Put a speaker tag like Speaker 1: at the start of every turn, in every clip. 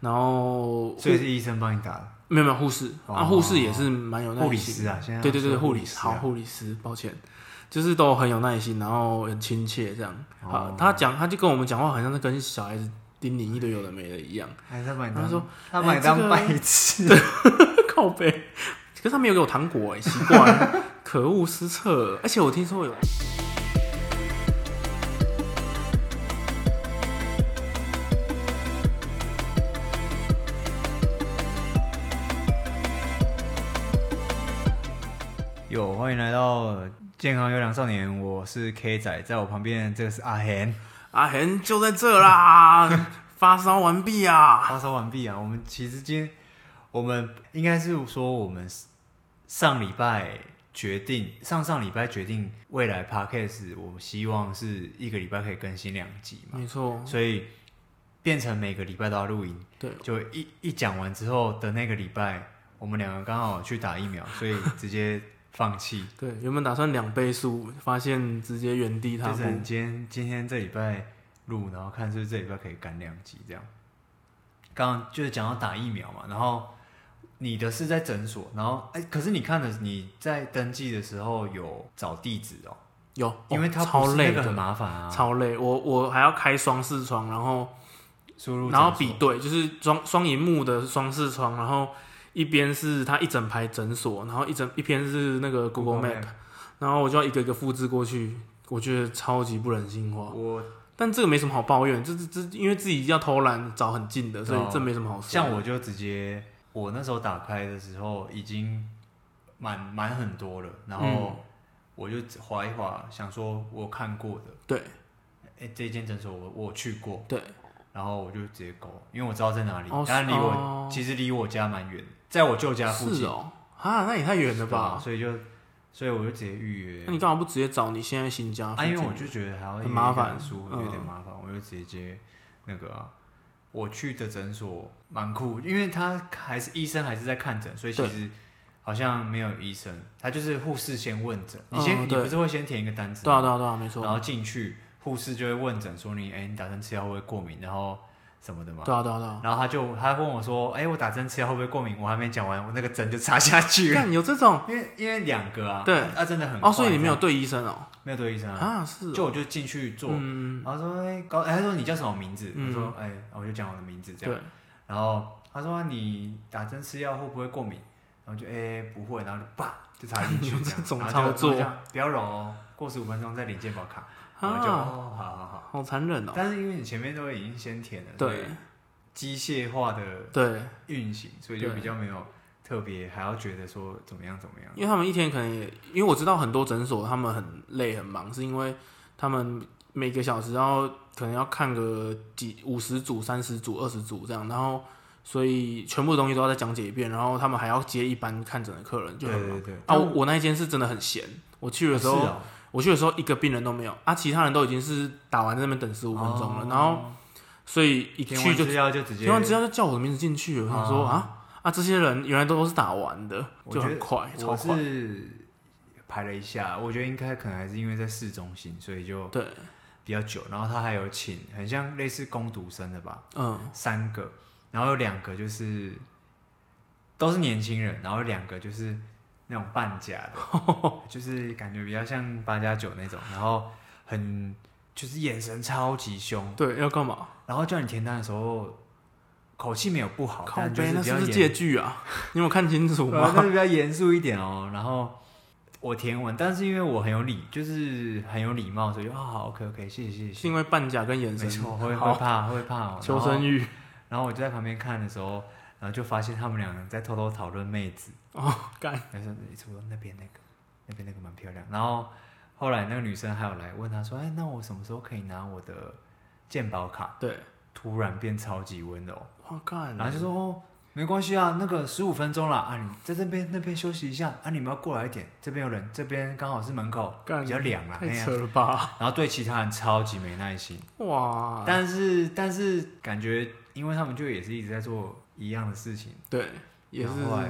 Speaker 1: 然后
Speaker 2: 所以是医生帮你打的。
Speaker 1: 没有没有护士啊，
Speaker 2: 哦
Speaker 1: 护士也是蛮有耐心的。
Speaker 2: 护理师啊现在
Speaker 1: 对对对，
Speaker 2: 说
Speaker 1: 护
Speaker 2: 护
Speaker 1: 理
Speaker 2: 理
Speaker 1: 师
Speaker 2: 师
Speaker 1: 好
Speaker 2: 啊
Speaker 1: 护理师，抱歉，就是都很有耐心，然后很亲切这样。啊
Speaker 2: 哦，
Speaker 1: 他讲他就跟我们讲话，好像是跟小孩子叮咛一堆有的没的一 样，
Speaker 2: 还是啊他把你
Speaker 1: 他
Speaker 2: 当
Speaker 1: 说
Speaker 2: 他把
Speaker 1: 哎
Speaker 2: 你
Speaker 1: 这个
Speaker 2: 当白 痴，
Speaker 1: 靠背。可是他没有给我糖果哎、奇怪， 可恶失策。而且我听说有。
Speaker 2: 有，欢迎来到健康优良少年，我是 K 仔，在我旁边这个是阿贤。
Speaker 1: 阿恒啊就在这啦， 发烧完毕啊！
Speaker 2: 发烧完毕啊，我们其实今天我们应该是说我们上礼拜决定，上上礼拜决定未来 podcast，我们希望是一个礼拜可以更新两集嘛，
Speaker 1: 没错，
Speaker 2: 所以变成每个礼拜都要录音，
Speaker 1: 对，
Speaker 2: 就一一讲完之后的那个礼拜，我们两个刚好去打疫苗，所以直接 放弃。
Speaker 1: 对，原本打算两倍速，发现直接原地踏
Speaker 2: 就
Speaker 1: 步
Speaker 2: 是。你今天今天这礼拜录，然后看是不是这礼拜可以赶两集这样。刚刚就是讲到打疫苗嘛，然后你的是在诊所，然后哎、可是你看的你在登记的时候有找地址哦，
Speaker 1: 有，
Speaker 2: 因为它
Speaker 1: 哦
Speaker 2: 不
Speaker 1: 超
Speaker 2: 是
Speaker 1: 累
Speaker 2: 那个很
Speaker 1: 的，
Speaker 2: 麻烦啊，
Speaker 1: 超累。我我还要开双视窗，然后
Speaker 2: 输入
Speaker 1: 然后
Speaker 2: 诊所
Speaker 1: 比对，就是双双荧幕的双视窗，然后一边是它一整排诊所，然后一整一边是那个 Google
Speaker 2: Google
Speaker 1: Map，然后我就要一个一个复制过去，我觉得超级不人性化。
Speaker 2: 我
Speaker 1: 但这个没什么好抱怨，这这这因为自己要偷懒找很近的，所以
Speaker 2: 哦
Speaker 1: 这没什么好说。
Speaker 2: 像我就直接我那时候打开的时候已经满满很多了，然
Speaker 1: 嗯
Speaker 2: 后我就划一划，想说我看过的，
Speaker 1: 对
Speaker 2: 哎、这间诊所我我去过。
Speaker 1: 对
Speaker 2: 然后我就直接勾，因为我知道在哪里
Speaker 1: 哦，
Speaker 2: 但离我、
Speaker 1: 哦
Speaker 2: 其实离我家蛮远，在我舅家附
Speaker 1: 是
Speaker 2: 近，
Speaker 1: 哦，啊，那也太远了
Speaker 2: 吧？
Speaker 1: 吧？
Speaker 2: 所以就，所以我就直接预
Speaker 1: 那
Speaker 2: 约。
Speaker 1: 你干嘛不直接找你现在新家附
Speaker 2: 啊，
Speaker 1: 近
Speaker 2: 因
Speaker 1: 的？
Speaker 2: 为我就觉得还要
Speaker 1: 很麻烦
Speaker 2: 书
Speaker 1: 嗯
Speaker 2: 有点麻烦，我就直接那个啊、我去的诊所蛮酷，因为他还是医生还是在看诊，所以其实好像没有医生，他就是护士先问诊，你先、
Speaker 1: 嗯
Speaker 2: 你
Speaker 1: 对
Speaker 2: 不是会先填一个单子
Speaker 1: 对
Speaker 2: 吗，
Speaker 1: 啊对啊对啊，没错，
Speaker 2: 然后进去护士就会问诊说你哎、你打算吃药会不会过敏，然后什么的嘛。
Speaker 1: 对啊对啊对啊。
Speaker 2: 然后他就他问我说：“哎、我打针吃药会不会过敏？”我还没讲完，我那个针就插下去了。
Speaker 1: 但有这种
Speaker 2: 因为因为两个啊，
Speaker 1: 对
Speaker 2: 啊真的很
Speaker 1: 哦，所以你没有
Speaker 2: 快
Speaker 1: 对医生哦？
Speaker 2: 没有对医生啊，
Speaker 1: 啊，是哦
Speaker 2: 就我就进去做，
Speaker 1: 嗯，
Speaker 2: 然后说：“哎、高，哎他说你叫什么名字？”
Speaker 1: 嗯
Speaker 2: 我说：“哎、我就讲我的名字这样。
Speaker 1: 对，”
Speaker 2: 然后他说：“啊你打针吃药会不会过敏？”然后就哎、不会，然后就叭就插进去这 样，
Speaker 1: 这种
Speaker 2: 然后
Speaker 1: 操
Speaker 2: 就
Speaker 1: 作
Speaker 2: 然后就这样不要揉哦，过十五分钟再领健保卡。然后就
Speaker 1: 啊，
Speaker 2: 哦，好好好。
Speaker 1: 好残忍哦。
Speaker 2: 但是因为你前面都已经先填了，所以
Speaker 1: 对
Speaker 2: 机械化的
Speaker 1: 对，
Speaker 2: 运行，所以就
Speaker 1: 对
Speaker 2: 比较没有特别还要觉得说怎么样怎么样。
Speaker 1: 因为他们一天可能也，因为我知道很多诊所他们很累很忙，是因为他们每个小时要可能要看个几五十组、三十组、二十组这样，然后所以全部东西都要再讲解一遍，然后他们还要接一般看诊的客人，就很忙。
Speaker 2: 对哦啊
Speaker 1: 啊，我我那一间是真的很闲，我去的时候，我去的时候一个病人都没有，啊，其他人都已经是打完在那边等十五分钟了，然后所以一
Speaker 2: 哦填
Speaker 1: 去
Speaker 2: 完
Speaker 1: 就
Speaker 2: 资料就直接
Speaker 1: 填完资料就叫我的名字进去，我想说
Speaker 2: 哦
Speaker 1: 啊啊，这些人原来都是打完的，
Speaker 2: 我
Speaker 1: 就
Speaker 2: 觉得
Speaker 1: 很快，哎超
Speaker 2: 我
Speaker 1: 快。
Speaker 2: 是排了一下，我觉得应该可能还是因为在市中心，所以就
Speaker 1: 对，
Speaker 2: 比较久。然后他还有请，很像类似攻读生的吧，
Speaker 1: 嗯，
Speaker 2: 三个，然后有两个就是都是年轻人，然后有两个就是那种半假的， 就是感觉比较像八加九那种，然后很就是眼神超级凶，
Speaker 1: 对，要干嘛？
Speaker 2: 然后叫你填单的时候口气没有不好，
Speaker 1: 靠
Speaker 2: 但就
Speaker 1: 背，那
Speaker 2: 比
Speaker 1: 是
Speaker 2: 较
Speaker 1: 不是
Speaker 2: 严
Speaker 1: 借据啊？ 你有看清楚
Speaker 2: 对啊
Speaker 1: 吗？
Speaker 2: 但是比较严肃一点哦。然后我填完，但是因为我很有礼，就是很有礼貌，所以就啊好 OK OK，谢谢谢
Speaker 1: 是
Speaker 2: 谢。
Speaker 1: 因为半甲跟眼
Speaker 2: 没
Speaker 1: 神，
Speaker 2: 错，会会
Speaker 1: 好
Speaker 2: 怕会怕哦。
Speaker 1: 求
Speaker 2: 然后
Speaker 1: 生欲，
Speaker 2: 然后我就在旁边看的时候，然后就发现他们两个人在偷偷讨论妹子，
Speaker 1: 哦，干，
Speaker 2: 然后说你说那边那个，那边那个蛮漂亮。然后后来那个女生还有来问他说，哎，那我什么时候可以拿我的鉴宝卡？
Speaker 1: 对，
Speaker 2: 突然变超级温哦柔，
Speaker 1: 哇干，
Speaker 2: 然后就说哦，没关系啊，那个十五分钟啦，啊，你在这边那边休息一下，啊，你们要过来一点，这边有人，这边刚好是门口，
Speaker 1: 干
Speaker 2: 比较凉啦，那
Speaker 1: 太
Speaker 2: 样。
Speaker 1: 扯了吧？
Speaker 2: 然后对其他人超级没耐心，
Speaker 1: 哇，
Speaker 2: 但是但是感觉，因为他们就也是一直在做一样的事情，
Speaker 1: 对，也是
Speaker 2: 然后后来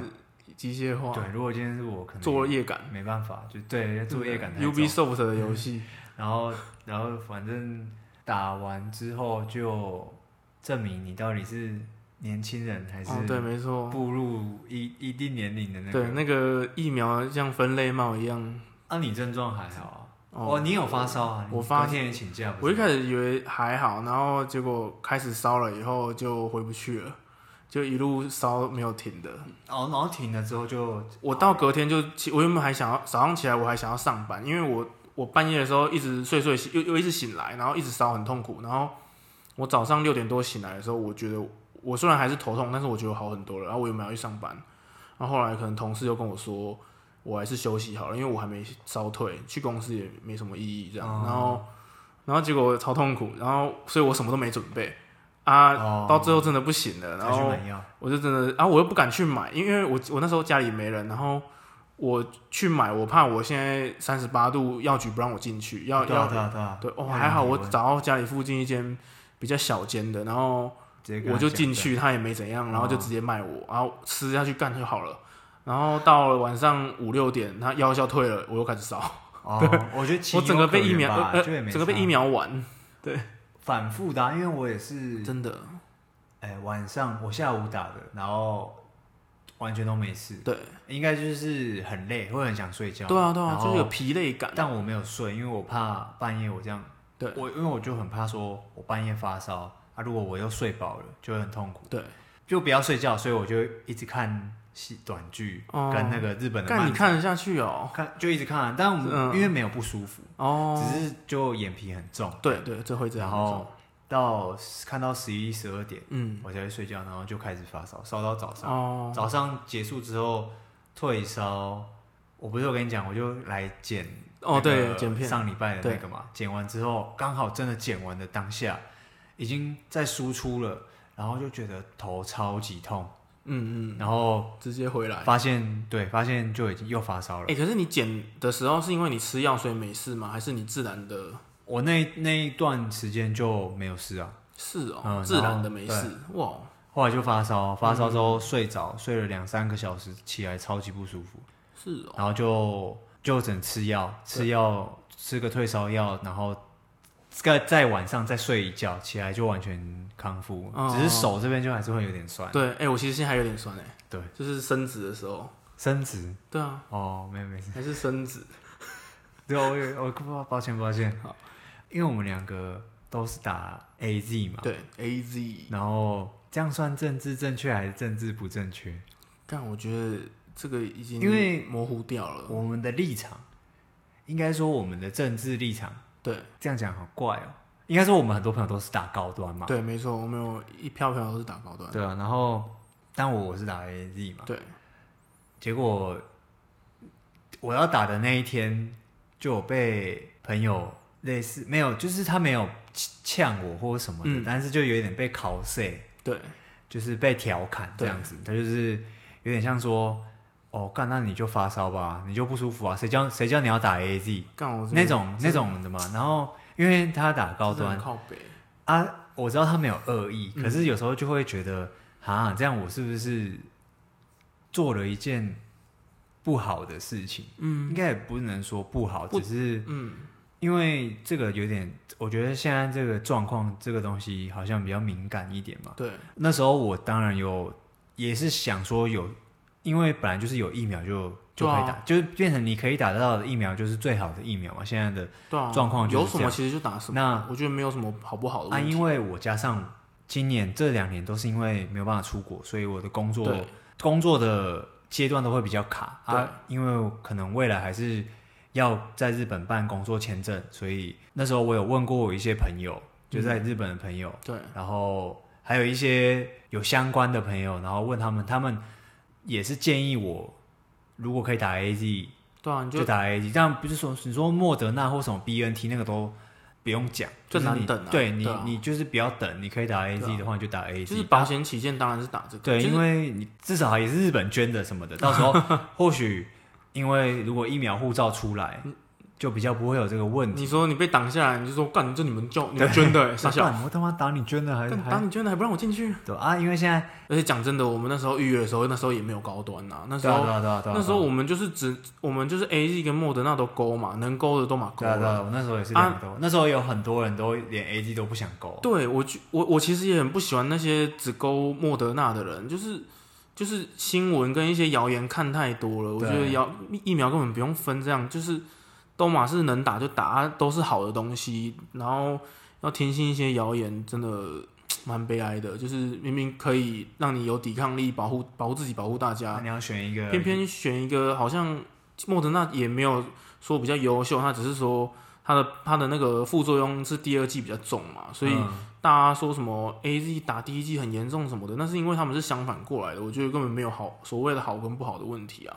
Speaker 1: 机械化，
Speaker 2: 对，如果今天是我，可能
Speaker 1: 作业感，
Speaker 2: 没办法，就对作业感太重。
Speaker 1: Ubisoft 的游戏，
Speaker 2: 然后然后反正打完之后就证明你到底是年轻人 还是
Speaker 1: 哦，对，没错，
Speaker 2: 步入一一定年龄的那个。
Speaker 1: 对，那个疫苗像分类帽一样。
Speaker 2: 啊，你症状还好啊？
Speaker 1: 哦，
Speaker 2: 哦，你有发烧啊？你
Speaker 1: 我发
Speaker 2: 隔天也请假。不
Speaker 1: 我
Speaker 2: 是
Speaker 1: 一开始以为还好，然后结果开始烧了以后就回不去了，就一路烧没有停的。
Speaker 2: 哦，然后停了之后就
Speaker 1: 我到隔天就起，我原本还想要早上起来我还想要上班，因为我我半夜的时候一直睡睡醒，又又一直醒来，然后一直烧很痛苦。然后我早上六点多醒来的时候，我觉得我虽然还是头痛，但是我觉得我好很多了。然后我原本要去上班，然后后来可能同事又跟我说，我还是休息好了，因为我还没烧退，去公司也没什么意义这样。
Speaker 2: 哦
Speaker 1: 然后然后结果超痛苦，然后所以我什么都没准备啊，
Speaker 2: 哦
Speaker 1: 到最后真的不行了，然
Speaker 2: 才去
Speaker 1: 后。
Speaker 2: 买药。
Speaker 1: 我就真的啊，我又不敢去买，因为我我那时候家里没人，然后我去买，我怕我现在三十八度，药局不让我进去，要
Speaker 2: 对啊
Speaker 1: 要
Speaker 2: 对啊对啊。
Speaker 1: 对哦，
Speaker 2: 要
Speaker 1: 还好
Speaker 2: 量
Speaker 1: 我
Speaker 2: 体温
Speaker 1: 找到家里附近一间比较小间的，然后
Speaker 2: 直接跟
Speaker 1: 我
Speaker 2: 他
Speaker 1: 就
Speaker 2: 讲
Speaker 1: 进
Speaker 2: 对
Speaker 1: 去，他也没怎样，然后就直接卖我，然后吃下去干就好了。然后到了晚上五六点，他药效退了，我又开始烧，
Speaker 2: 哦，我觉得情
Speaker 1: 我
Speaker 2: 有
Speaker 1: 整个
Speaker 2: 可
Speaker 1: 被疫
Speaker 2: 原
Speaker 1: 苗
Speaker 2: 吧
Speaker 1: 呃
Speaker 2: 就也没
Speaker 1: 整个被
Speaker 2: 差
Speaker 1: 疫苗完，
Speaker 2: 反复的啊、因为我也是，
Speaker 1: 真的
Speaker 2: 哎、晚上我下午打的，然后完全都没事，
Speaker 1: 对
Speaker 2: 应该就是很累，会很想睡觉。
Speaker 1: 对啊对啊
Speaker 2: 然，后
Speaker 1: 就是有疲累感，
Speaker 2: 但我没有睡，因为我怕半夜我这样，
Speaker 1: 对
Speaker 2: 我因为我就很怕说我半夜发烧啊，如果我又睡饱了就会很痛苦，
Speaker 1: 对。
Speaker 2: 就不要睡觉，所以我就一直看戏短剧、
Speaker 1: 哦
Speaker 2: 跟那个日本的
Speaker 1: 但
Speaker 2: 漫
Speaker 1: 你看得下去哦，
Speaker 2: 看就一直看，啊但我们、
Speaker 1: 嗯
Speaker 2: 因为没有不舒服，
Speaker 1: 哦，
Speaker 2: 只是就眼皮很重，
Speaker 1: 对对，这会这样
Speaker 2: 然
Speaker 1: 子。
Speaker 2: 后到看到十一十二点。
Speaker 1: 嗯，
Speaker 2: 我才会睡觉，然后就开始发烧，烧到早上。
Speaker 1: 哦，
Speaker 2: 早上结束之后退烧，我不是有跟你讲，我就来剪
Speaker 1: 哦
Speaker 2: 那个
Speaker 1: 对剪片
Speaker 2: 上礼拜的
Speaker 1: 对
Speaker 2: 那个嘛，剪完之后刚好真的剪完的当下，已经在输出了，然后就觉得头超级痛，
Speaker 1: 嗯嗯，
Speaker 2: 然后
Speaker 1: 直接回来。
Speaker 2: 发现对，发现就已经又发烧了。
Speaker 1: 哎、可是你剪的时候是因为你吃药所以没事吗？还是你自然的？
Speaker 2: 我那那一段时间就没有事啊，
Speaker 1: 是哦，
Speaker 2: 嗯
Speaker 1: 自
Speaker 2: 然
Speaker 1: 然
Speaker 2: 后
Speaker 1: 的没事。哇，
Speaker 2: 后来就发烧，发烧之后睡着，睡了两三个小时，起来超级不舒服。
Speaker 1: 是哦，
Speaker 2: 然后就就只能吃药，吃药吃个退烧药，然后再在晚上再睡一觉，起来就完全康复，
Speaker 1: 哦
Speaker 2: 只是手这边就还是会有点酸。
Speaker 1: 对，哎、我其实现在还有点酸哎、
Speaker 2: 对，
Speaker 1: 就是伸直的时候。
Speaker 2: 伸直
Speaker 1: 对啊，
Speaker 2: 哦，没有没事，
Speaker 1: 还是伸 直。
Speaker 2: 对，我以为我抱抱歉抱歉，
Speaker 1: 好，
Speaker 2: 因为我们两个都是打 A Z 嘛，
Speaker 1: 对，A Z。
Speaker 2: 然后这样算政治正确还是政治不正确？
Speaker 1: 但我觉得这个已经
Speaker 2: 因为
Speaker 1: 模糊掉了。
Speaker 2: 我们的立场，应该说我们的政治立场，
Speaker 1: 对
Speaker 2: 这样讲好怪哦。应该说我们很多朋友都是打高端嘛，
Speaker 1: 对，没错，我们有一票票都是打高端。
Speaker 2: 对啊，然后但我我是打 AZ 嘛，
Speaker 1: 对，
Speaker 2: 结果我要打的那一天就有被朋友类似没有，就是他没有呛我或什么的，
Speaker 1: 嗯
Speaker 2: 但是就有点被拷碎，
Speaker 1: 对，
Speaker 2: 就是被调侃这样子，他就是有点像说。哦，干，那你就发烧吧，你就不舒服啊？谁叫谁叫你要打 AZ
Speaker 1: 干我真的
Speaker 2: 那种那种的嘛？然后因为他打高
Speaker 1: 真的
Speaker 2: 端
Speaker 1: 很，靠北。
Speaker 2: 啊，我知道他没有恶意，可是有时候就会觉得，啊，这样我是不是做了一件不好的事情？
Speaker 1: 嗯
Speaker 2: 应该也不能说不好，
Speaker 1: 不
Speaker 2: 只是
Speaker 1: 嗯，
Speaker 2: 因为这个有点，我觉得现在这个状况，这个东西好像比较敏感一点嘛。
Speaker 1: 对
Speaker 2: 那时候我当然有，也是想说有，因为本来就是有疫苗就就可以打，
Speaker 1: 对啊
Speaker 2: 就是变成你可以打得到的疫苗就是最好的疫苗嘛。现在的
Speaker 1: 对啊，
Speaker 2: 状况就是
Speaker 1: 有什
Speaker 2: 这
Speaker 1: 么
Speaker 2: 样
Speaker 1: 其实就打什么。
Speaker 2: 那
Speaker 1: 我觉得没有什么好不好的
Speaker 2: 啊，
Speaker 1: 问题。
Speaker 2: 因为我加上今年这两年都是因为没有办法出国，所以我的工作
Speaker 1: 对
Speaker 2: 工作的阶段都会比较卡
Speaker 1: 对
Speaker 2: 啊，因为我可能未来还是要在日本办工作签证，所以那时候我有问过我一些朋友，就
Speaker 1: 嗯
Speaker 2: 在日本的朋友，
Speaker 1: 对，
Speaker 2: 然后还有一些有相关的朋友，然后问他们，他们也是建议我。如果可以打 AZ
Speaker 1: 对啊，你
Speaker 2: 就
Speaker 1: 就
Speaker 2: 打 AZ，但不是说你说莫德纳或什么 BNT 那个都不用讲，
Speaker 1: 就
Speaker 2: 就是
Speaker 1: 难
Speaker 2: 你
Speaker 1: 等啊
Speaker 2: 对你
Speaker 1: 对啊
Speaker 2: 你就是不要等，你可以打
Speaker 1: 对
Speaker 2: AZ
Speaker 1: 啊
Speaker 2: 的话你就打 AZ，
Speaker 1: 就是保险起见，当然是打这个。
Speaker 2: 对，
Speaker 1: 就是
Speaker 2: 因为你至少也是
Speaker 1: 嗯
Speaker 2: 日本捐的什么的，到时候或许因为如果疫苗护照出来，就比较不会有这个问题。
Speaker 1: 你说你被挡下来，你就说干，这你们叫你们捐的、欸，傻 笑。
Speaker 2: 干我他妈打你捐的还
Speaker 1: 干打
Speaker 2: 还
Speaker 1: 你捐的还不让我进去，
Speaker 2: 对啊，因为现在
Speaker 1: 而且讲真的，我们那时候预约的时候，那时候也没有高端呐、那时
Speaker 2: 对啊
Speaker 1: 候、
Speaker 2: 对啊对啊对啊，
Speaker 1: 那时候
Speaker 2: 对
Speaker 1: 我
Speaker 2: 啊
Speaker 1: 们就是只我们就是 A G 跟莫德纳都勾嘛，能勾的都嘛勾
Speaker 2: 对啊对啊，
Speaker 1: 了。
Speaker 2: 我那时候也是
Speaker 1: 啊
Speaker 2: 两个都，那时候有很多人都连 A G 都不想勾，
Speaker 1: 对我就我我其实也很不喜欢那些只勾莫德纳的人，就是就是新闻跟一些谣言看太多了，我觉
Speaker 2: 对
Speaker 1: 得谣疫苗根本不用分这样，就是都嘛是能打就打，啊都是好的东西，然后要听信一些谣言，真的蛮悲哀的，就是明明可以让你有抵抗力，保护保护自己，保护大家
Speaker 2: 那，你要选一个，
Speaker 1: 啊偏偏选一个好像莫德纳也没有说比较优秀，他只是说他的他的那个副作用是第二季比较重嘛，所以
Speaker 2: 嗯
Speaker 1: 大家说什么 A Z 打第一季很严重什么的，那是因为他们是相反过来的，我觉得根本没有好所谓的好跟不好的问题啊。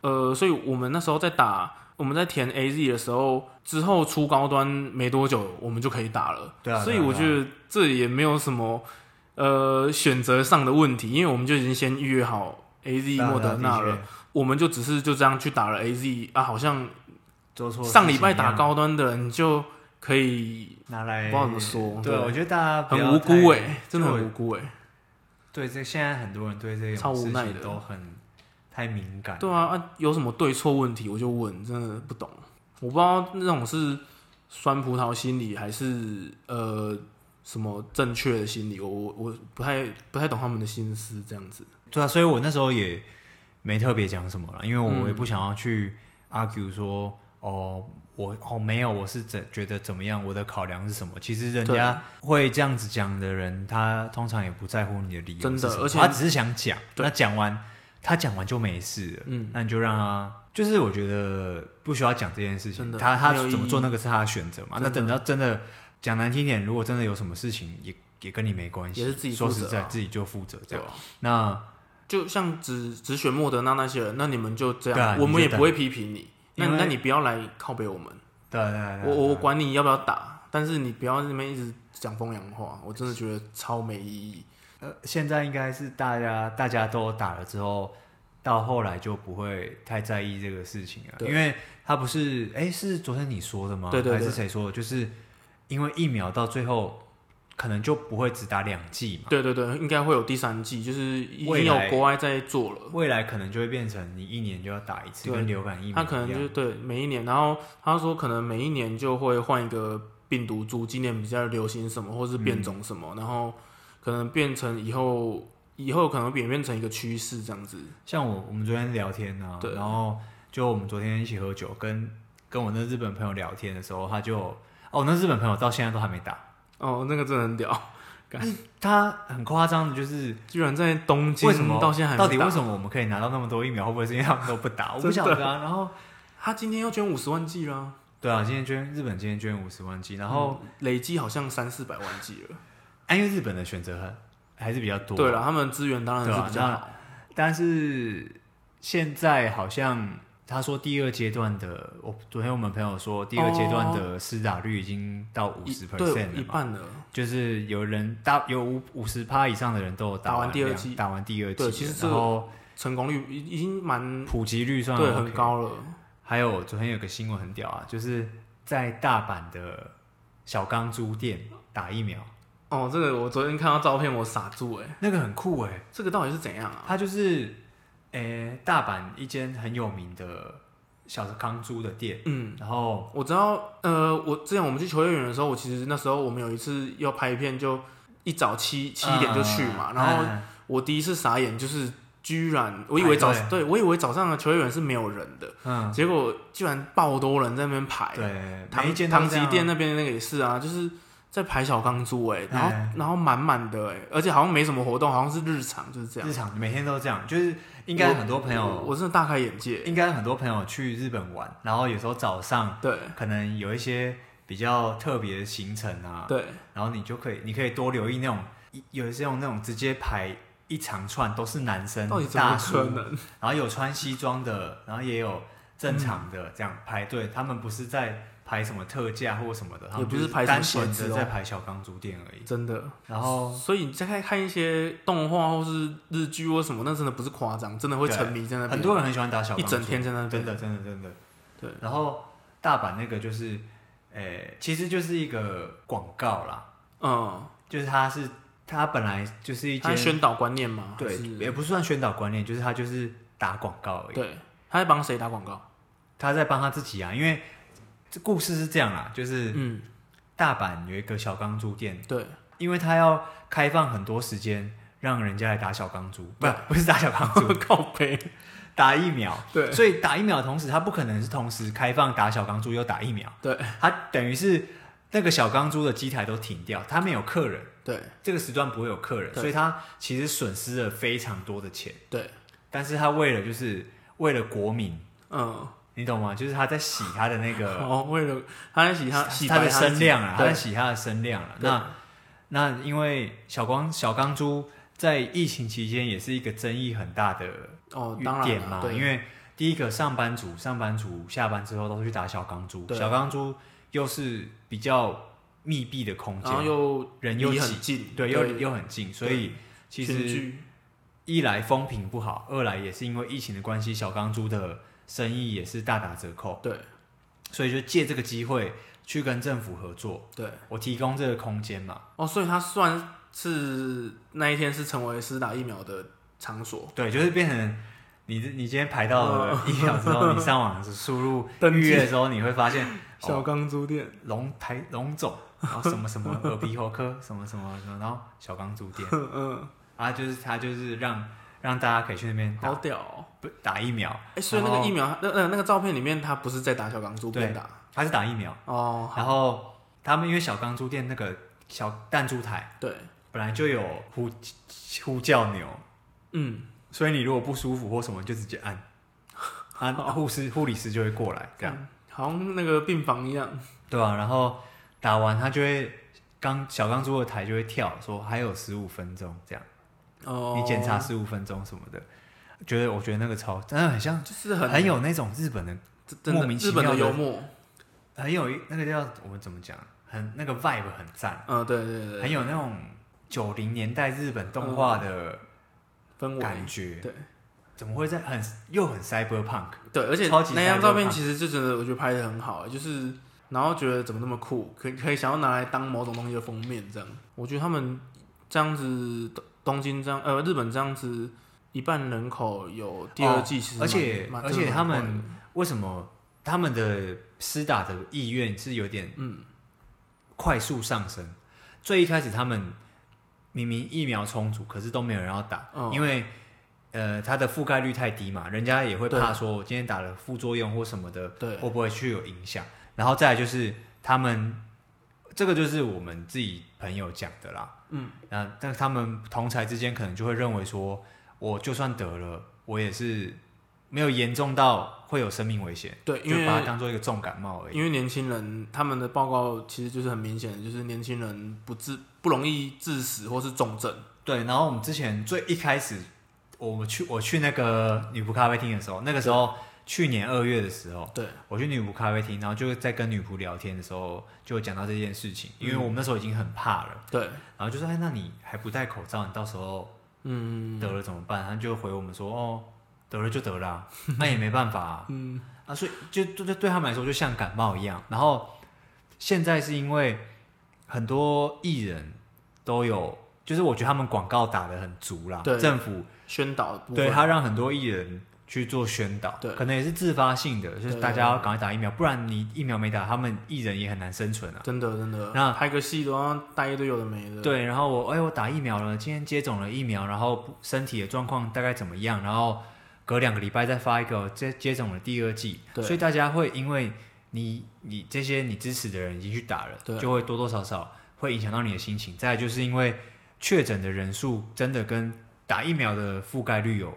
Speaker 1: 呃，所以我们那时候在打我们在填 A Z 的时候，之后出高端没多久，我们就可以打了。
Speaker 2: 对啊
Speaker 1: 所以
Speaker 2: 对啊
Speaker 1: 我
Speaker 2: 对啊
Speaker 1: 觉得这也没有什么呃选择上的问题，因为我们就已经先预约好 A Z
Speaker 2: 对啊
Speaker 1: 莫德纳，
Speaker 2: 对
Speaker 1: 了
Speaker 2: 啊，的确
Speaker 1: 我们就只是就这样去打了 A Z 啊，好像
Speaker 2: 做错
Speaker 1: 上礼拜
Speaker 2: 事情一样
Speaker 1: 打高端的人就可以
Speaker 2: 拿
Speaker 1: 不
Speaker 2: 来
Speaker 1: 知道怎么说
Speaker 2: 对，啊
Speaker 1: 对
Speaker 2: 我觉得大家不
Speaker 1: 很
Speaker 2: 要
Speaker 1: 无辜哎、
Speaker 2: 太
Speaker 1: 真的
Speaker 2: 就
Speaker 1: 很无辜哎、
Speaker 2: 对，这现在很多人对这
Speaker 1: 超
Speaker 2: 种
Speaker 1: 无
Speaker 2: 事
Speaker 1: 奈
Speaker 2: 情
Speaker 1: 的
Speaker 2: 都很太敏感。
Speaker 1: 对啊，啊，有什么对错问题我就问，真的不懂。我不知道那种是酸葡萄心理还是呃什么正确的心理，我我我不太不太懂他们的心思这样子。
Speaker 2: 对啊，所以我那时候也没特别讲什么了，因为
Speaker 1: 嗯
Speaker 2: 我也不想要去 argue 说、哦，我哦没有，我是怎觉得怎么样，我的考量是什么？其实人
Speaker 1: 对
Speaker 2: 家会这样子讲的人，他通常也不在乎你的理由
Speaker 1: 真的
Speaker 2: 是什么
Speaker 1: 而且
Speaker 2: 他只是想讲，
Speaker 1: 对
Speaker 2: 那讲完他讲完就没事了，
Speaker 1: 嗯，
Speaker 2: 那你就让他。就是我觉得不需要讲这件事情
Speaker 1: 真，的
Speaker 2: 他他
Speaker 1: 没有意义
Speaker 2: 怎么做那个是他的选择嘛。那
Speaker 1: 真的
Speaker 2: 等到真的讲难听一点，如果真的有什么事情，也也跟你没关系，
Speaker 1: 也是自己
Speaker 2: 说
Speaker 1: 负
Speaker 2: 实
Speaker 1: 责
Speaker 2: 在
Speaker 1: 啊
Speaker 2: 自己就负责这
Speaker 1: 对
Speaker 2: 样。
Speaker 1: 吧、
Speaker 2: 那
Speaker 1: 就像只只选莫德纳那些人，那你们就这样，
Speaker 2: 对啊
Speaker 1: 我
Speaker 2: 你
Speaker 1: 们也
Speaker 2: 就
Speaker 1: 不会批评你。那
Speaker 2: 因为哎
Speaker 1: 那你不要来靠北我们，
Speaker 2: 对对对
Speaker 1: 我
Speaker 2: 对，
Speaker 1: 我我
Speaker 2: 对
Speaker 1: 管你要不要打，但是你不要在那边一直讲风凉话，我真的觉得超没意义。
Speaker 2: 呃，现在应该是大家大家都打了之后，到后来就不会太在意这个事情了，
Speaker 1: 对
Speaker 2: 因为他不是哎、是昨天你说的吗？
Speaker 1: 对对对
Speaker 2: 还是谁说的？就是因为疫苗到最后可能就不会只打两剂嘛，
Speaker 1: 对对对，应该会有第三季，就是已
Speaker 2: 未
Speaker 1: 经
Speaker 2: 来
Speaker 1: 有国外在做了。
Speaker 2: 未来可能就会变成你一年就要打一次，
Speaker 1: 对
Speaker 2: 跟流感疫苗
Speaker 1: 他可能
Speaker 2: 一样
Speaker 1: 就对每一年，然后他说可能每一年就会换一个病毒株，今年比较流行什么，或是变种什么，
Speaker 2: 嗯
Speaker 1: 然后可能变成以后以后可能演变成一个趋势这样子。
Speaker 2: 像我我们昨天聊天啊，
Speaker 1: 对
Speaker 2: 然后就我们昨天一起喝酒，跟跟我那日本朋友聊天的时候，他就哦，我那日本朋友到现在都还没打。
Speaker 1: 哦，那个真的很屌，
Speaker 2: 他很夸张的，就是
Speaker 1: 居然在东京
Speaker 2: 为什么
Speaker 1: 到现在还没
Speaker 2: 到底
Speaker 1: 打
Speaker 2: 为什么我们可以拿到那么多疫苗？会不会是因为他们都不打？我不
Speaker 1: 真的
Speaker 2: 晓得啊。然后
Speaker 1: 他今天又捐五十万剂啦，
Speaker 2: 对啊，今天捐日本今天捐五十万剂，然后、
Speaker 1: 嗯累积好像三四百万剂了。
Speaker 2: 啊因为日本的选择很还是比较多，
Speaker 1: 对了，他们资源当然
Speaker 2: 对
Speaker 1: 是
Speaker 2: 啊
Speaker 1: 比较好，
Speaker 2: 但是现在好像他说第二阶段的，我昨天我们朋友说第二阶段的施打率已经到五
Speaker 1: 哦一
Speaker 2: 十 percent
Speaker 1: 对
Speaker 2: 了
Speaker 1: 一
Speaker 2: 嘛，
Speaker 1: 半了。
Speaker 2: 就是有人大有五五十趴以上的人都有
Speaker 1: 打
Speaker 2: 完
Speaker 1: 完第二
Speaker 2: 两
Speaker 1: 剂
Speaker 2: 打完第二剂了，
Speaker 1: 对其实这
Speaker 2: 然
Speaker 1: 个
Speaker 2: 后
Speaker 1: 成功率已已经蛮
Speaker 2: 普及率算
Speaker 1: 对
Speaker 2: 啊 OK
Speaker 1: 很高了，
Speaker 2: 还有昨天有个新闻很屌啊，就是在大阪的小钢珠店打疫苗，
Speaker 1: 哦，这个我昨天看到照片我傻住哎、欸
Speaker 2: 那个很酷哎、
Speaker 1: 这个到底是怎样啊？
Speaker 2: 它就是诶、大阪一间很有名的小钢珠的店，
Speaker 1: 嗯，
Speaker 2: 然后
Speaker 1: 我知道，呃，我之前我们去球业园的时候，我其实那时候我们有一次要拍片，就一早七七点就去嘛，
Speaker 2: 嗯
Speaker 1: 然后
Speaker 2: 呃嗯
Speaker 1: 我第一次傻眼，就是居然我以
Speaker 2: 排
Speaker 1: 为早
Speaker 2: 队
Speaker 1: 对我以为早上的球业园是没有人的，
Speaker 2: 嗯，
Speaker 1: 结果居然爆多人在那边排，
Speaker 2: 对，每一
Speaker 1: 唐
Speaker 2: 间
Speaker 1: 唐吉店
Speaker 2: 的，
Speaker 1: 那边那个也是啊，就是在排小钢珠哎、然后
Speaker 2: 哎
Speaker 1: 然后满满的哎、而且好像没什么活动，好像是日常就是这样
Speaker 2: 日，常每天都这样，就是应该很多朋
Speaker 1: 我
Speaker 2: 友，
Speaker 1: 我真的大开眼界，
Speaker 2: 应该很多朋友去日本玩，然后有时候早上
Speaker 1: 对
Speaker 2: 可能有一些比较特别的行程啊，
Speaker 1: 对
Speaker 2: 然后你就可以，你可以多留意那种有一些种那种直接排一长串都是男生
Speaker 1: 到底怎
Speaker 2: 大
Speaker 1: 么可
Speaker 2: 叔，
Speaker 1: 能？
Speaker 2: 然后有穿西装的，然后也有正常的
Speaker 1: 嗯
Speaker 2: 这样排队，他们不是在排什么特价或什么的，他们
Speaker 1: 也不
Speaker 2: 就是是
Speaker 1: 排什么
Speaker 2: 单
Speaker 1: 鞋
Speaker 2: 纯
Speaker 1: 子
Speaker 2: 的
Speaker 1: 哦
Speaker 2: 在排小钢珠店而已。
Speaker 1: 真的。
Speaker 2: 然后
Speaker 1: 所以你在看看一些动画或是日剧或什么，那真的不是夸张，真的会沉迷在那边。
Speaker 2: 很多人很喜欢打小钢
Speaker 1: 一
Speaker 2: 珠
Speaker 1: 整天在那边
Speaker 2: 真的真的真的
Speaker 1: 对，
Speaker 2: 然后大阪那个就是，呃、其实就是一个广告啦，
Speaker 1: 嗯，
Speaker 2: 就是它是它本来就是一
Speaker 1: 他
Speaker 2: 间
Speaker 1: 宣导观念嘛，
Speaker 2: 对，
Speaker 1: 啊是
Speaker 2: 也不算宣导观念，就是他就是打广告而已。
Speaker 1: 对，他在帮谁打广告？
Speaker 2: 他在帮他自己啊，因为这故事是这样啦，就是
Speaker 1: 嗯，
Speaker 2: 大阪有一个小钢珠店，
Speaker 1: 对，
Speaker 2: 因为他要开放很多时间让人家来打小钢珠，不
Speaker 1: 对
Speaker 2: 不是打小钢珠，
Speaker 1: 靠背，
Speaker 2: 打疫苗。
Speaker 1: 对
Speaker 2: 所以打疫苗的同时，他不可能是同时开放打小钢珠又打疫苗，
Speaker 1: 对
Speaker 2: 他等于是那个小钢珠的机台都停掉，他没有客人，
Speaker 1: 对
Speaker 2: 这个时段不会有客人，
Speaker 1: 对
Speaker 2: 所以他其实损失了非常多的钱。
Speaker 1: 对，
Speaker 2: 但是他为了就是为了国民，
Speaker 1: 嗯，
Speaker 2: 你懂吗？就是他在洗他的 那个
Speaker 1: 哦，为了他在洗他洗
Speaker 2: 他
Speaker 1: 白
Speaker 2: 的
Speaker 1: 自
Speaker 2: 声
Speaker 1: 己
Speaker 2: 量啊，他在
Speaker 1: 对
Speaker 2: 洗他的声量了。
Speaker 1: 对
Speaker 2: 那那因为小光小钢珠在疫情期间也是一个争议很大的
Speaker 1: 哦，当然
Speaker 2: 点
Speaker 1: 了
Speaker 2: 嘛，
Speaker 1: 对，
Speaker 2: 因为第一个上班族，上班族下班之后都去打小钢珠，
Speaker 1: 对
Speaker 2: 小钢珠又是比较密闭的空
Speaker 1: 然后
Speaker 2: 间，
Speaker 1: 又
Speaker 2: 人又
Speaker 1: 离
Speaker 2: 挤
Speaker 1: 很近，
Speaker 2: 对，又又很近，所以其
Speaker 1: 群
Speaker 2: 实
Speaker 1: 聚
Speaker 2: 一来风评不好，二来也是因为疫情的关系，小钢珠的生意也是大打折扣，
Speaker 1: 对
Speaker 2: 所以就借这个机会去跟政府合作，
Speaker 1: 对
Speaker 2: 我提供这个空间嘛。
Speaker 1: 哦，所以他算是那一天是成为施打疫苗的场所，
Speaker 2: 对，就是变成你你今天排到
Speaker 1: 哦
Speaker 2: 了疫苗之后，你上网输入
Speaker 1: 登记
Speaker 2: 预约的时候，你会发现
Speaker 1: 小
Speaker 2: 哦，
Speaker 1: 钢珠店，
Speaker 2: 龙台龙总，然后什么什么耳鼻喉科， 什么什么什么，然后小钢珠店
Speaker 1: 嗯，
Speaker 2: 啊，就是他就是让让大家可以去那边
Speaker 1: 好
Speaker 2: 打
Speaker 1: 屌哦！
Speaker 2: 不打疫苗，
Speaker 1: 哎，所以那
Speaker 2: 然
Speaker 1: 个
Speaker 2: 后
Speaker 1: 疫苗，那那那个照片里面，他不是在打小钢珠，
Speaker 2: 对
Speaker 1: 边打
Speaker 2: 他是打疫苗，
Speaker 1: 哦，
Speaker 2: 然后他们因为小钢珠店那个小弹珠台
Speaker 1: 对，
Speaker 2: 本来就有呼呼叫钮，
Speaker 1: 嗯，
Speaker 2: 所以你如果不舒服或什么，你就直接 按，啊，护士护理师就会过来这样。
Speaker 1: 嗯，好像那个病房一样，
Speaker 2: 对啊，然后打完他就会刚小钢珠的台就会跳说还有十五分钟这样，
Speaker 1: 哦，
Speaker 2: 你检查十五分钟什么的，觉得我觉得那个超真的很像，
Speaker 1: 就是很
Speaker 2: 有那种日本的，
Speaker 1: 真真的
Speaker 2: 莫名其
Speaker 1: 日本
Speaker 2: 妙
Speaker 1: 的
Speaker 2: 的
Speaker 1: 幽默，
Speaker 2: 很有一那个叫我们怎么讲，很那个 vibe 很赞，
Speaker 1: 嗯，对对对
Speaker 2: 很有那种九零年代日本动画的
Speaker 1: 对，呃氛围
Speaker 2: 感，觉，
Speaker 1: 对
Speaker 2: 怎么会在很又很 cyberpunk？
Speaker 1: 对，而且
Speaker 2: 超级
Speaker 1: 那张
Speaker 2: 赛
Speaker 1: 照
Speaker 2: 博
Speaker 1: 片
Speaker 2: 胖
Speaker 1: 其实就真的我觉得拍的很好，就是然后觉得怎么那么酷，可以可以想要拿来当某种东西的封面这样。我觉得他们这样子，东东京这样呃日本这样子，一半人口有第二
Speaker 2: 哦
Speaker 1: 季，其实
Speaker 2: 而且
Speaker 1: 蛮蛮
Speaker 2: 而
Speaker 1: 真的
Speaker 2: 且
Speaker 1: 蛮
Speaker 2: 他
Speaker 1: 快
Speaker 2: 们为什么他们的施打的意愿是有点嗯快速上升？最一开始他们明明疫苗充足，可是都没有人要打，
Speaker 1: 嗯
Speaker 2: 因为呃它的覆盖率太低嘛，人家也会
Speaker 1: 对
Speaker 2: 怕说我今天打了副作用或什么
Speaker 1: 的，
Speaker 2: 的
Speaker 1: 对
Speaker 2: 会不会去有影响？然后再来就是他们这个就是我们自己朋友讲的啦，
Speaker 1: 嗯，
Speaker 2: 那但他们同才之间可能就会认为说，我就算得了，我也是没有严重到会有生命危险，
Speaker 1: 对，
Speaker 2: 就
Speaker 1: 因为
Speaker 2: 把它当做一个重感冒而已。
Speaker 1: 因为年轻人他们的报告其实就是很明显的，就是年轻人不致不容易致死或是重症。
Speaker 2: 对，然后我们之前最一开始，我去我去那个女仆咖啡厅的时候，那个时候去年二月的时候，
Speaker 1: 对，
Speaker 2: 我去女仆咖啡厅，然后就在跟女仆聊天的时候，就讲到这件事情，因为
Speaker 1: 嗯
Speaker 2: 我们那时候已经很怕了，
Speaker 1: 对，
Speaker 2: 然后就说，哎，那你还不戴口罩，你到时候
Speaker 1: 嗯，
Speaker 2: 得了怎么办？他就回我们说，哦，得了就得了 啊、那也没办法啊。
Speaker 1: 嗯，
Speaker 2: 啊所以就就就对他们来说，就像感冒一样。然后现在是因为很多艺人都有，就是我觉得他们广告打得很足啦，
Speaker 1: 对
Speaker 2: 政府
Speaker 1: 宣导的部
Speaker 2: 对
Speaker 1: 分
Speaker 2: 他让很多艺人去做宣导，
Speaker 1: 对
Speaker 2: 可能也是自发性的，就是
Speaker 1: 对
Speaker 2: 大家要赶快打疫苗，不然你疫苗没打，他们艺人也很难生存啊。
Speaker 1: 真的真的，
Speaker 2: 那
Speaker 1: 拍个戏都要带一堆有的没的。
Speaker 2: 对，然后我哎、我打疫苗了，今天接种了疫苗，然后不身体的状况大概怎么样？然后隔两个礼拜再发一个接接种了第二剂，
Speaker 1: 对
Speaker 2: 所以大家会因为你你这些你支持的人已经去打
Speaker 1: 对
Speaker 2: 了，就会多多少少会影响到你的心情。再来就是因为确诊的人数真的跟打疫苗的覆盖率有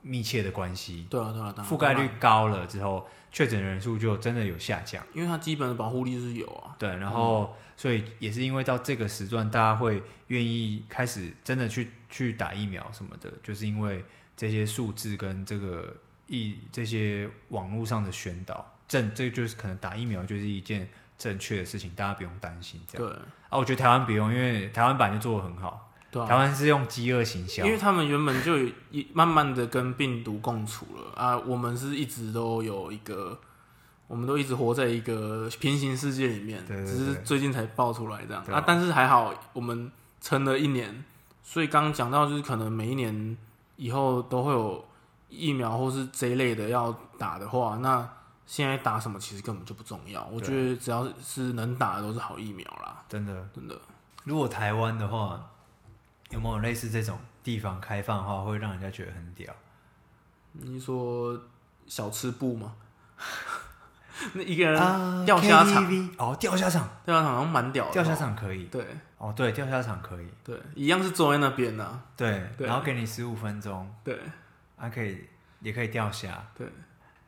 Speaker 2: 密切的关系，
Speaker 1: 对啊对啊，对啊
Speaker 2: 覆盖，
Speaker 1: 当
Speaker 2: 率
Speaker 1: 然
Speaker 2: 高了之后，确诊人数就真的有下降。
Speaker 1: 因为它基本的保护力是有啊。
Speaker 2: 对，然后、所以也是因为到这个时段，大家会愿意开始真的去去打疫苗什么的，就是因为这些数字跟这个疫这些网络上的宣导，正这就是可能打疫苗就是一件正确的事情，大家不用担心这样。
Speaker 1: 对
Speaker 2: 啊，我觉得台湾不用，因为台湾版就做的很好，
Speaker 1: 对啊，
Speaker 2: 台湾是用饥饿行销
Speaker 1: 因，为他们原本就也慢慢的跟病毒共处了啊，我们是一直都有一个，我我们都一直活在一个平行世界里面，
Speaker 2: 对对
Speaker 1: 只是
Speaker 2: 对
Speaker 1: 最近才爆出来这样
Speaker 2: 对啊
Speaker 1: 啊。但是还好，我们撑了一年，所以刚刚讲到就是可能每一年以后都会有疫苗或是这一类的要打的话，那现在打什么其实根本就不重要。我
Speaker 2: 对啊
Speaker 1: 觉得只要是能打的都是好疫苗啦，
Speaker 2: 真的。
Speaker 1: 真的。
Speaker 2: 如果台湾的话，有没有类似这种地方开放的话，会让人家觉得很屌？
Speaker 1: 你说小吃部吗？ 那一个人
Speaker 2: 啊
Speaker 1: 呃钓虾场
Speaker 2: KTV 哦，钓虾场，
Speaker 1: 对啊，好像蛮屌的。
Speaker 2: 钓虾，场可以。
Speaker 1: 对
Speaker 2: 哦，对，钓虾场可以。
Speaker 1: 对，一样是坐在那边呐、啊。
Speaker 2: 对，
Speaker 1: 对
Speaker 2: 然后给你十五分钟，
Speaker 1: 对
Speaker 2: 还、可以也可以钓虾。
Speaker 1: 对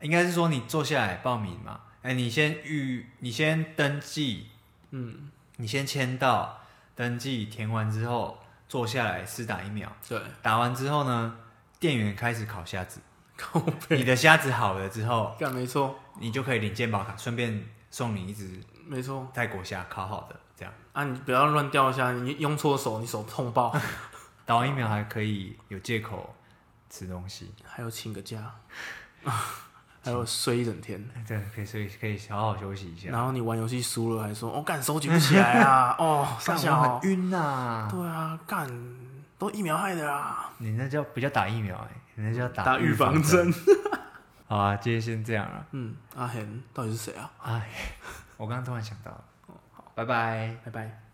Speaker 2: 应该是说你坐下来报名嘛，哎、你先预，你先登记，嗯，你先签到，登记填完之后坐下来施打疫苗，
Speaker 1: 对，
Speaker 2: 打完之后呢，店员开始烤虾子，
Speaker 1: 靠
Speaker 2: 你的虾子好了之后，
Speaker 1: 干没错
Speaker 2: 你就可以领健保卡，顺便送你一只
Speaker 1: 没错
Speaker 2: 泰国虾烤好的，这样
Speaker 1: 啊！你不要乱钓虾，你用错手，你手痛爆。
Speaker 2: 打完疫苗还可以有借口吃东西，
Speaker 1: 还有请个假， 还有睡一整天，
Speaker 2: 对，可以所以可以好好休息一下。
Speaker 1: 然后你玩游戏输了还说哦干手举不起来 啊，哦傻
Speaker 2: 干
Speaker 1: 小
Speaker 2: 我很晕呐、
Speaker 1: 对啊干都疫苗害的啊啦，
Speaker 2: 你那叫不叫打疫苗、欸？你那叫
Speaker 1: 打预
Speaker 2: 预
Speaker 1: 防
Speaker 2: 针。
Speaker 1: 针。
Speaker 2: 好啊，今天先这样了。
Speaker 1: 嗯，阿恒到底是谁啊？
Speaker 2: 哎，我刚刚突然想到了，拜拜。
Speaker 1: 拜拜。